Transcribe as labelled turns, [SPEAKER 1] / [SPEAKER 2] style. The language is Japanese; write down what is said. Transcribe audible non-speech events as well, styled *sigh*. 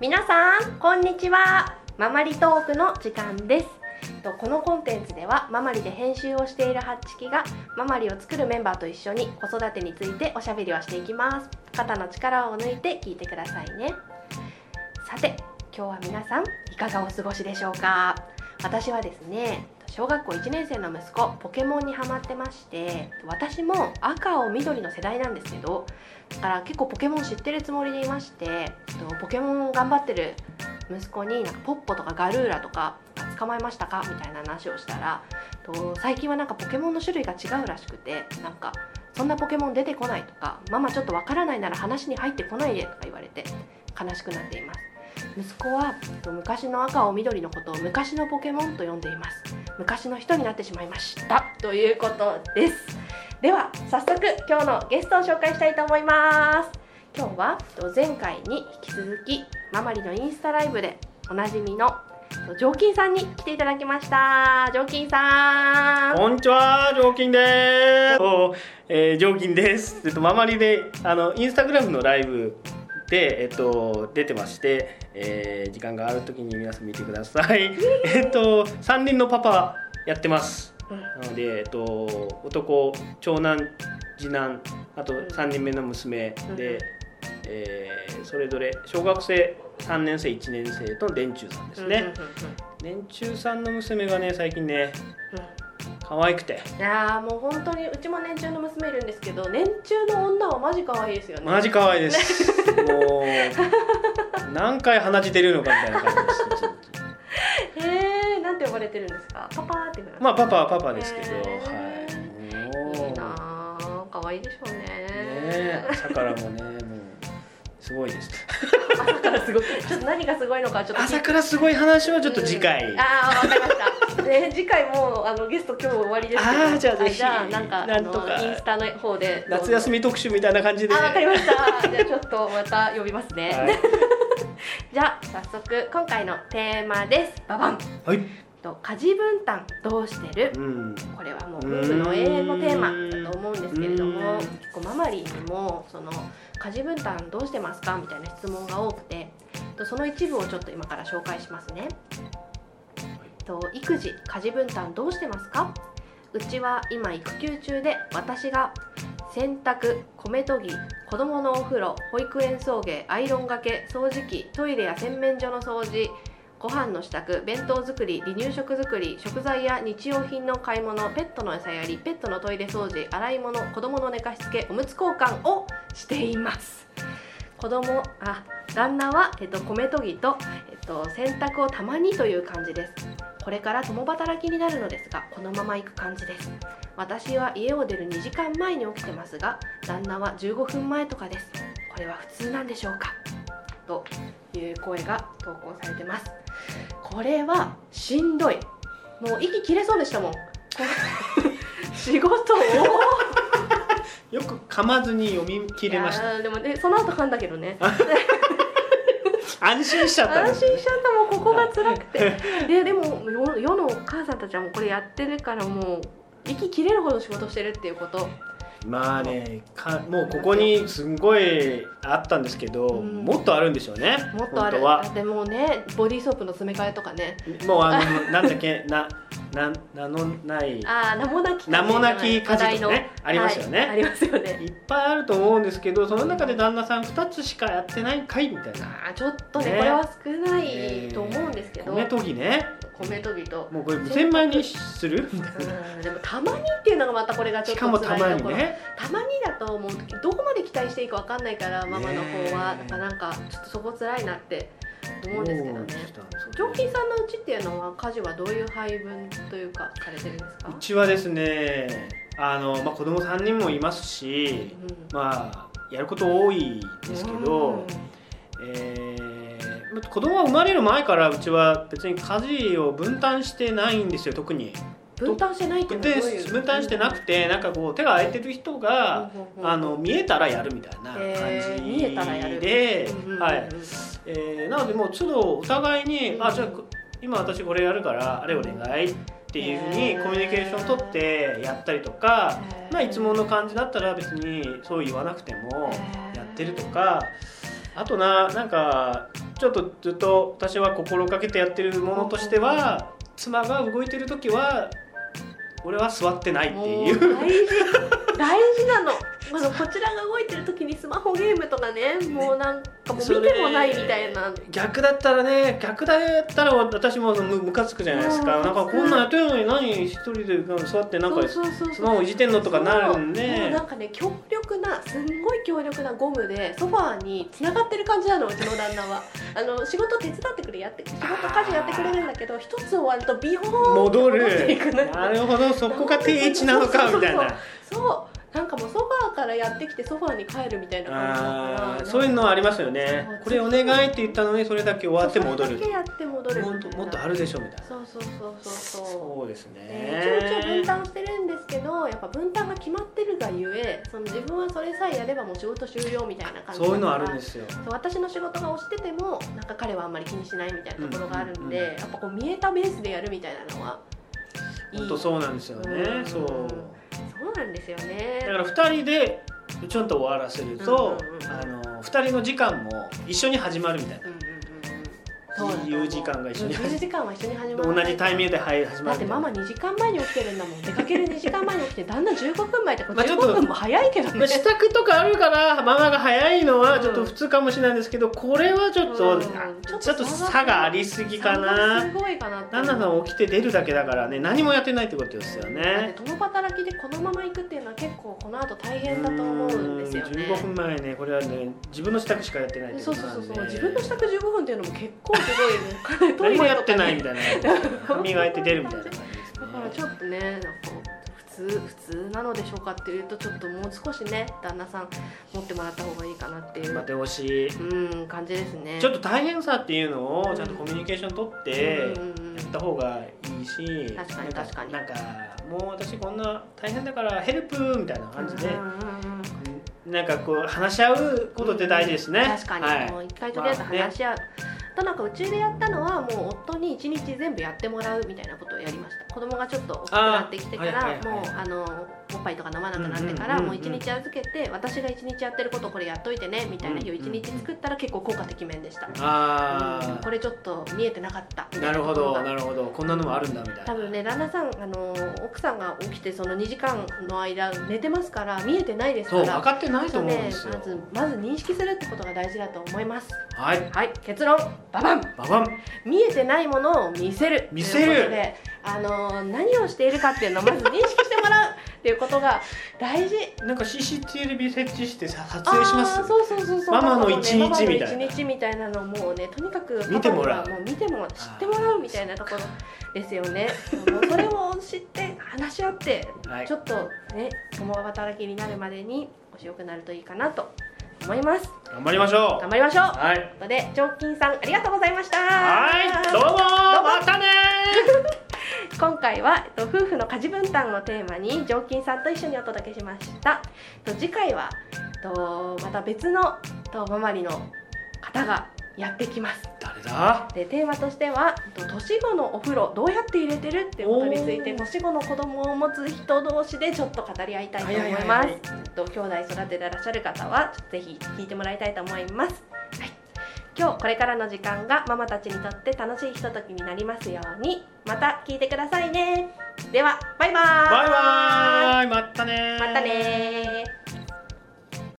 [SPEAKER 1] 皆さんこんにちはママリトークの時間ですとこのコンテンツではママリで編集をしているハッチキがママリを作るメンバーと一緒に子育てについておしゃべりをしていきます肩の力を抜いて聞いてくださいねさて今日は皆さんいかがお過ごしでしょうか私はですね小学校1年生の息子ポケモンにハマってまして私も赤を緑の世代なんですけどだから結構ポケモン知ってるつもりでいましてえっとポケモン頑張ってる息子になんかポッポとかガルーラとか捕まえましたかみたいな話をしたらと最近はなんかポケモンの種類が違うらしくてなんかそんなポケモン出てこないとかママちょっとわからないなら話に入ってこないでとか言われて悲しくなっています息子はと昔の赤を緑のことを昔のポケモンと呼んでいます昔の人になってしまいましたということですでは早速今日のゲストを紹介したいと思います今日はと前回に引き続きママリのインスタライブでおなじみのとジョーキンさんに来ていただきましたジョーキンさん
[SPEAKER 2] こんにちは、ジョーキンです。おえー、ジョーキンです。えっと、ママリで、あの、インスタグラムのライブで、えっと、出てまして、えー時間があるときに皆さん見てください。えっと、三人のパパやってます。なので、えっと、男、長男、次男、あと
[SPEAKER 1] うん
[SPEAKER 2] 3人目の娘
[SPEAKER 1] うん
[SPEAKER 2] で、えーそれぞれ小学生3年生、1年生と電柱さんですね。電柱さんの娘がね、最近ね、可愛くて。
[SPEAKER 1] いやーもう本当にうちも年中の娘いるんですけど年中の女はマジ可愛いですよね
[SPEAKER 2] マジ可愛いです。もう何回鼻血出るのかみたいな感じです。
[SPEAKER 1] へえなんて呼ばれてるんですかパパーって言うの
[SPEAKER 2] まあパパはパパですけど、
[SPEAKER 1] へ
[SPEAKER 2] は
[SPEAKER 1] ー
[SPEAKER 2] い。もう
[SPEAKER 1] いいなー可愛いでしょうね
[SPEAKER 2] ねえ、朝からもね、もうすごいです。
[SPEAKER 1] 朝からすごくちょっと何がすごいのかちょっと聞いて
[SPEAKER 2] 朝からすごい話はちょっと次回。
[SPEAKER 1] うんああわかりましたで次回もうあのゲスト今日終わりですけど
[SPEAKER 2] あーじゃあぜひ
[SPEAKER 1] じゃあなんか
[SPEAKER 2] なんとか
[SPEAKER 1] あのインスタの方で
[SPEAKER 2] 夏休
[SPEAKER 1] み
[SPEAKER 2] み特集みたいな感じで。
[SPEAKER 1] あわかりましたじゃあちょっとまた呼びますね、
[SPEAKER 2] は
[SPEAKER 1] じゃあ早速今回のテーマですババン
[SPEAKER 2] い。はい。
[SPEAKER 1] と家事分担どうしてる
[SPEAKER 2] うん。
[SPEAKER 1] これはもう夫婦の永遠のテーマだと思うんですけれど
[SPEAKER 2] う
[SPEAKER 1] も
[SPEAKER 2] ん
[SPEAKER 1] 結構ママリーにもその家事分担どうしてますかみたいな質問が多くてとその一部をちょっと今から紹介しますね。と育児家事分担どうしてますかうちは今育休中で私が洗濯米研ぎ子供のお風呂保育園送迎アイロンがけ掃除機トイレや洗面所の掃除ご飯の支度弁当作り離乳食作り食材や日用品の買い物ペットの餌やりペットのトイレ掃除洗い物子供の寝かしつけおむつ交換をしています子供あ旦那は、えっと、米研ぎと、えっと、洗濯をたまにという感じですこれから共働きになるのですがこのまま行く感じです私は家を出る2時間前に起きてますが旦那は15分前とかですこれは普通なんでしょうかという声が投稿されてますこれはしんどいもう息切れそうで
[SPEAKER 2] *laughs*
[SPEAKER 1] したもん仕事を
[SPEAKER 2] よく噛まずに読み切れまし
[SPEAKER 1] い
[SPEAKER 2] た。
[SPEAKER 1] やーでもねその後噛んだけどね
[SPEAKER 2] 安心しちゃったね
[SPEAKER 1] 安。心しちゃったもうここが辛く
[SPEAKER 2] *laughs*
[SPEAKER 1] てででも世世のお母さんたちはもうこれやってるからもう息切れるほど仕事してるっていうこと
[SPEAKER 2] まあねかもうここにすんごいあったんですけど、
[SPEAKER 1] うん
[SPEAKER 2] もっとあるんでしょうね
[SPEAKER 1] もっとある
[SPEAKER 2] 本当は
[SPEAKER 1] でもうねボディーソープの詰め替えとかね
[SPEAKER 2] もうあのなんだっ
[SPEAKER 1] *laughs*
[SPEAKER 2] けなな名のない
[SPEAKER 1] ああ名もなき
[SPEAKER 2] 名もなき家事とか
[SPEAKER 1] 話題の
[SPEAKER 2] ねありますよね、
[SPEAKER 1] はいありますよね
[SPEAKER 2] い、っぱいあると思うんですけどその中で旦那さん2つしかやってないんかいみたいな、
[SPEAKER 1] あーちょっとね
[SPEAKER 2] ね
[SPEAKER 1] これは少ないと思うんですけど、
[SPEAKER 2] 米研ぎね
[SPEAKER 1] 米研ぎと、
[SPEAKER 2] もうこれ無洗米にするみたい
[SPEAKER 1] うん、でもたまにっていうのがまたこれが
[SPEAKER 2] な
[SPEAKER 1] ちょ
[SPEAKER 2] し
[SPEAKER 1] っ
[SPEAKER 2] か
[SPEAKER 1] と
[SPEAKER 2] もた
[SPEAKER 1] 辛
[SPEAKER 2] ま
[SPEAKER 1] いと
[SPEAKER 2] に
[SPEAKER 1] ころ
[SPEAKER 2] ね
[SPEAKER 1] たまにだと思うどこまで期待していいかわかんないからママの方は
[SPEAKER 2] ね
[SPEAKER 1] なんかなんかちょっとそこ辛いなって思うんですけど
[SPEAKER 2] もう
[SPEAKER 1] ね
[SPEAKER 2] 来たんですけ
[SPEAKER 1] ジョー
[SPEAKER 2] ど
[SPEAKER 1] キンさんのうちっていうのは家事はどういう配分というかされてるんですか
[SPEAKER 2] うちはですねあの、まあ、子供3人もいますし、まあやること多いですけど、えー子供が生まれる前からうちは別に家事を分担してないんですよ特に
[SPEAKER 1] うん分担してないっていう
[SPEAKER 2] 分
[SPEAKER 1] のは
[SPEAKER 2] 担
[SPEAKER 1] どういう
[SPEAKER 2] 分担してなくてなんかこう手が空いてる人が、あの見えたらやるみたいな感じで、
[SPEAKER 1] えー見えたらやるうんうんうん
[SPEAKER 2] はいえーなのでもう都度お互いに、
[SPEAKER 1] うん
[SPEAKER 2] あじゃあ今私これやるからあれお願いっていうふうに
[SPEAKER 1] へー
[SPEAKER 2] コミュニケーション取ってやったりとか、
[SPEAKER 1] へー
[SPEAKER 2] まあ、いつもの感じだったら別にそう言わなくても。
[SPEAKER 1] へー
[SPEAKER 2] やってるとかあとななんかちょっとずっと私は心掛けてやってるものとしては妻が動いてる時は俺は座ってないって
[SPEAKER 1] も
[SPEAKER 2] いうう
[SPEAKER 1] 大事大事なのあのこちらが動いてる時にスマホゲームとかねもうなんかもう見てもないみたいな
[SPEAKER 2] 逆だったらね逆だったら私もむむかつくじゃないですか、
[SPEAKER 1] うん
[SPEAKER 2] なんかこんなんやってるのに何一人でなんか座ってなんか
[SPEAKER 1] そうそうそうそう
[SPEAKER 2] スマホいじってんのとかなるん
[SPEAKER 1] そうもう
[SPEAKER 2] で
[SPEAKER 1] なんかね強力なすんごい強力なゴムでソファーに繋がってる感じなのうちの旦那
[SPEAKER 2] *laughs*
[SPEAKER 1] はあの仕事手伝ってくれやって仕事家事やってくれるんだけど一つ終わるとビヨーンって
[SPEAKER 2] 戻る
[SPEAKER 1] っていくの
[SPEAKER 2] なるほどそこが定位置なのかみたいな
[SPEAKER 1] そうなんかもうソファーからやってきてソファーに帰るみたいな感じだ
[SPEAKER 2] あ
[SPEAKER 1] から
[SPEAKER 2] ーそういうのはありますよね
[SPEAKER 1] そう
[SPEAKER 2] これお願いって言ったのにそれだけ終わって戻
[SPEAKER 1] そ
[SPEAKER 2] る
[SPEAKER 1] れだけやって戻る
[SPEAKER 2] もっともっとあるでしょみたいな
[SPEAKER 1] そうそうそうそうそう
[SPEAKER 2] そうです
[SPEAKER 1] ね一応一応分
[SPEAKER 2] ね
[SPEAKER 1] 担してるんですけどやっぱ分担が決まってるがゆえその自分はそれさえやればもう仕事終了みたいな感じ
[SPEAKER 2] そういうのあるんですすよ
[SPEAKER 1] 私の仕事が押しててもなんか彼はあんまり気にしないみたいなところがあるんで、
[SPEAKER 2] うんうんうん
[SPEAKER 1] やっぱこう見えたベースでやるみたいなのはいい
[SPEAKER 2] 本当そうなんですよ
[SPEAKER 1] う
[SPEAKER 2] ね
[SPEAKER 1] ん
[SPEAKER 2] そう
[SPEAKER 1] そうなんですよね
[SPEAKER 2] だから2人でちょっと終わらせると、
[SPEAKER 1] うんうんうん
[SPEAKER 2] あの2人の時間も一緒に始まるみたい
[SPEAKER 1] うんうんうんうん
[SPEAKER 2] 自由時間が一緒に
[SPEAKER 1] 自由時間は一緒に始ま
[SPEAKER 2] な
[SPEAKER 1] る
[SPEAKER 2] 同じタイミングではい始ま
[SPEAKER 1] だっ
[SPEAKER 2] る
[SPEAKER 1] て
[SPEAKER 2] みた
[SPEAKER 1] マ
[SPEAKER 2] い
[SPEAKER 1] マ
[SPEAKER 2] な
[SPEAKER 1] 2時間前に起きてるんだもん出かける2時間前に起きて旦那15分前ってこれ
[SPEAKER 2] まあちょっ
[SPEAKER 1] 15
[SPEAKER 2] と
[SPEAKER 1] 分も早いけどね、
[SPEAKER 2] まあ支度とかあるからママが早いのはちょっ
[SPEAKER 1] う
[SPEAKER 2] と
[SPEAKER 1] ん
[SPEAKER 2] 普通かもしれないんですけどこれはちょっと、
[SPEAKER 1] うん
[SPEAKER 2] あ
[SPEAKER 1] ちょっと
[SPEAKER 2] ちょっと差がありすぎかな
[SPEAKER 1] すごいかなって
[SPEAKER 2] 旦那さんは起きて出るだけだからね何もやってないってことですよ
[SPEAKER 1] だって
[SPEAKER 2] ね
[SPEAKER 1] 共働きでこのまま行くっていうのは結構この後大変だと思うんですよね
[SPEAKER 2] うーん15分前ねこれはね自分の支度しかやってないって
[SPEAKER 1] そ
[SPEAKER 2] こ
[SPEAKER 1] う
[SPEAKER 2] と
[SPEAKER 1] そう
[SPEAKER 2] な
[SPEAKER 1] そ
[SPEAKER 2] ん
[SPEAKER 1] う
[SPEAKER 2] で
[SPEAKER 1] そう自分の支度15分っていうのも結構すごいね
[SPEAKER 2] *laughs* 何もやって
[SPEAKER 1] トイレとか
[SPEAKER 2] ない
[SPEAKER 1] ね
[SPEAKER 2] みたいな
[SPEAKER 1] *laughs*
[SPEAKER 2] 歯磨いて出るみたいな感じですね
[SPEAKER 1] だからちょっとねなんか普通普通なのでしょうかっていうとちょっともう少しね旦那さん持ってもらった方がいいかなっていう、
[SPEAKER 2] 待ってほしい
[SPEAKER 1] うん感じですね
[SPEAKER 2] ちょっと大変さっていうのをちゃんとコミュニケーション取って
[SPEAKER 1] うんうんうん
[SPEAKER 2] やった方がいいし
[SPEAKER 1] 確かに確かに
[SPEAKER 2] なんかもう私こんな大変だからヘルプみたいな感じで
[SPEAKER 1] うんうんうん
[SPEAKER 2] なんかこう話し合うことって大事ですね
[SPEAKER 1] 確かに、
[SPEAKER 2] はい
[SPEAKER 1] もう一回とりあえず話し合う、となんかうちでやったのはもう夫に一日全部やってもらうみたいなことをやりました子供がちょっと大きくなってきてから
[SPEAKER 2] あーはいはいはい
[SPEAKER 1] もうあのおっぱいとか飲まなくなってか
[SPEAKER 2] う
[SPEAKER 1] ら
[SPEAKER 2] んうん
[SPEAKER 1] もう
[SPEAKER 2] うんうん
[SPEAKER 1] 一日預けて私が一日やってることこれやっといてねみたいな日を
[SPEAKER 2] うんうん
[SPEAKER 1] 一日作ったら結構効果てきめんでした、うん
[SPEAKER 2] あ
[SPEAKER 1] これちょっと見えてなかったみ
[SPEAKER 2] あ
[SPEAKER 1] た
[SPEAKER 2] ないるほ
[SPEAKER 1] ところ
[SPEAKER 2] ど
[SPEAKER 1] が
[SPEAKER 2] なるほどこんなのもあるんだみたいな
[SPEAKER 1] 多分ね旦那さんあの奥さんが起きてその2時間の間寝てますから見えてないです
[SPEAKER 2] そ
[SPEAKER 1] か
[SPEAKER 2] う分
[SPEAKER 1] ら
[SPEAKER 2] かってないと思うんですよ
[SPEAKER 1] ちょっとねまずまず認識するってことが大事だと思います
[SPEAKER 2] はい
[SPEAKER 1] はい、結論ババン
[SPEAKER 2] ババン
[SPEAKER 1] 見えてないものを見せる
[SPEAKER 2] 見せる
[SPEAKER 1] ということで、あのー何をしているかっていうのをまず認識してもらうっていうことが大事
[SPEAKER 2] なんか CCTV 設置してさ撮影します
[SPEAKER 1] あーそうそうそうそう
[SPEAKER 2] ママの
[SPEAKER 1] パね
[SPEAKER 2] 一日みたいな
[SPEAKER 1] ママの一日みたいなのをもうねとにかく
[SPEAKER 2] 見てもら
[SPEAKER 1] パ
[SPEAKER 2] う
[SPEAKER 1] パにはもう見ても知ってもらうみたいなところですよねもうそれを知って話し合って、
[SPEAKER 2] はい
[SPEAKER 1] ちょっとね共働きになるまでに良くなるといいかなと思います
[SPEAKER 2] 頑張りましょう
[SPEAKER 1] 頑張りましょう
[SPEAKER 2] はい
[SPEAKER 1] ということで常勤さんありがとうございました
[SPEAKER 2] はいどうもー
[SPEAKER 1] どうも
[SPEAKER 2] またねー
[SPEAKER 1] 今回は、えっと、夫婦の家事分担をテーマに常勤さんと一緒にお届けしましたえっと次回は、えっと、また別のえっとママリの方がやってきます
[SPEAKER 2] 誰だ
[SPEAKER 1] でテーマとしてはえっと年後のお風呂どうやって入れてるっていうことについて
[SPEAKER 2] おー
[SPEAKER 1] 年後の子供を持つ人同士でちょっと語り合いたいと思い
[SPEAKER 2] は
[SPEAKER 1] ま
[SPEAKER 2] いはいは
[SPEAKER 1] す
[SPEAKER 2] いはい
[SPEAKER 1] えっと兄弟育ててらっしゃる方はちょっとぜひ聞いてもらいたいと思います、はい、今日これからの時間がママたちにとって楽しいひとときになりますようにまた聞いてくださいねではバイバーイ
[SPEAKER 2] バイバーイまたねー
[SPEAKER 1] またねー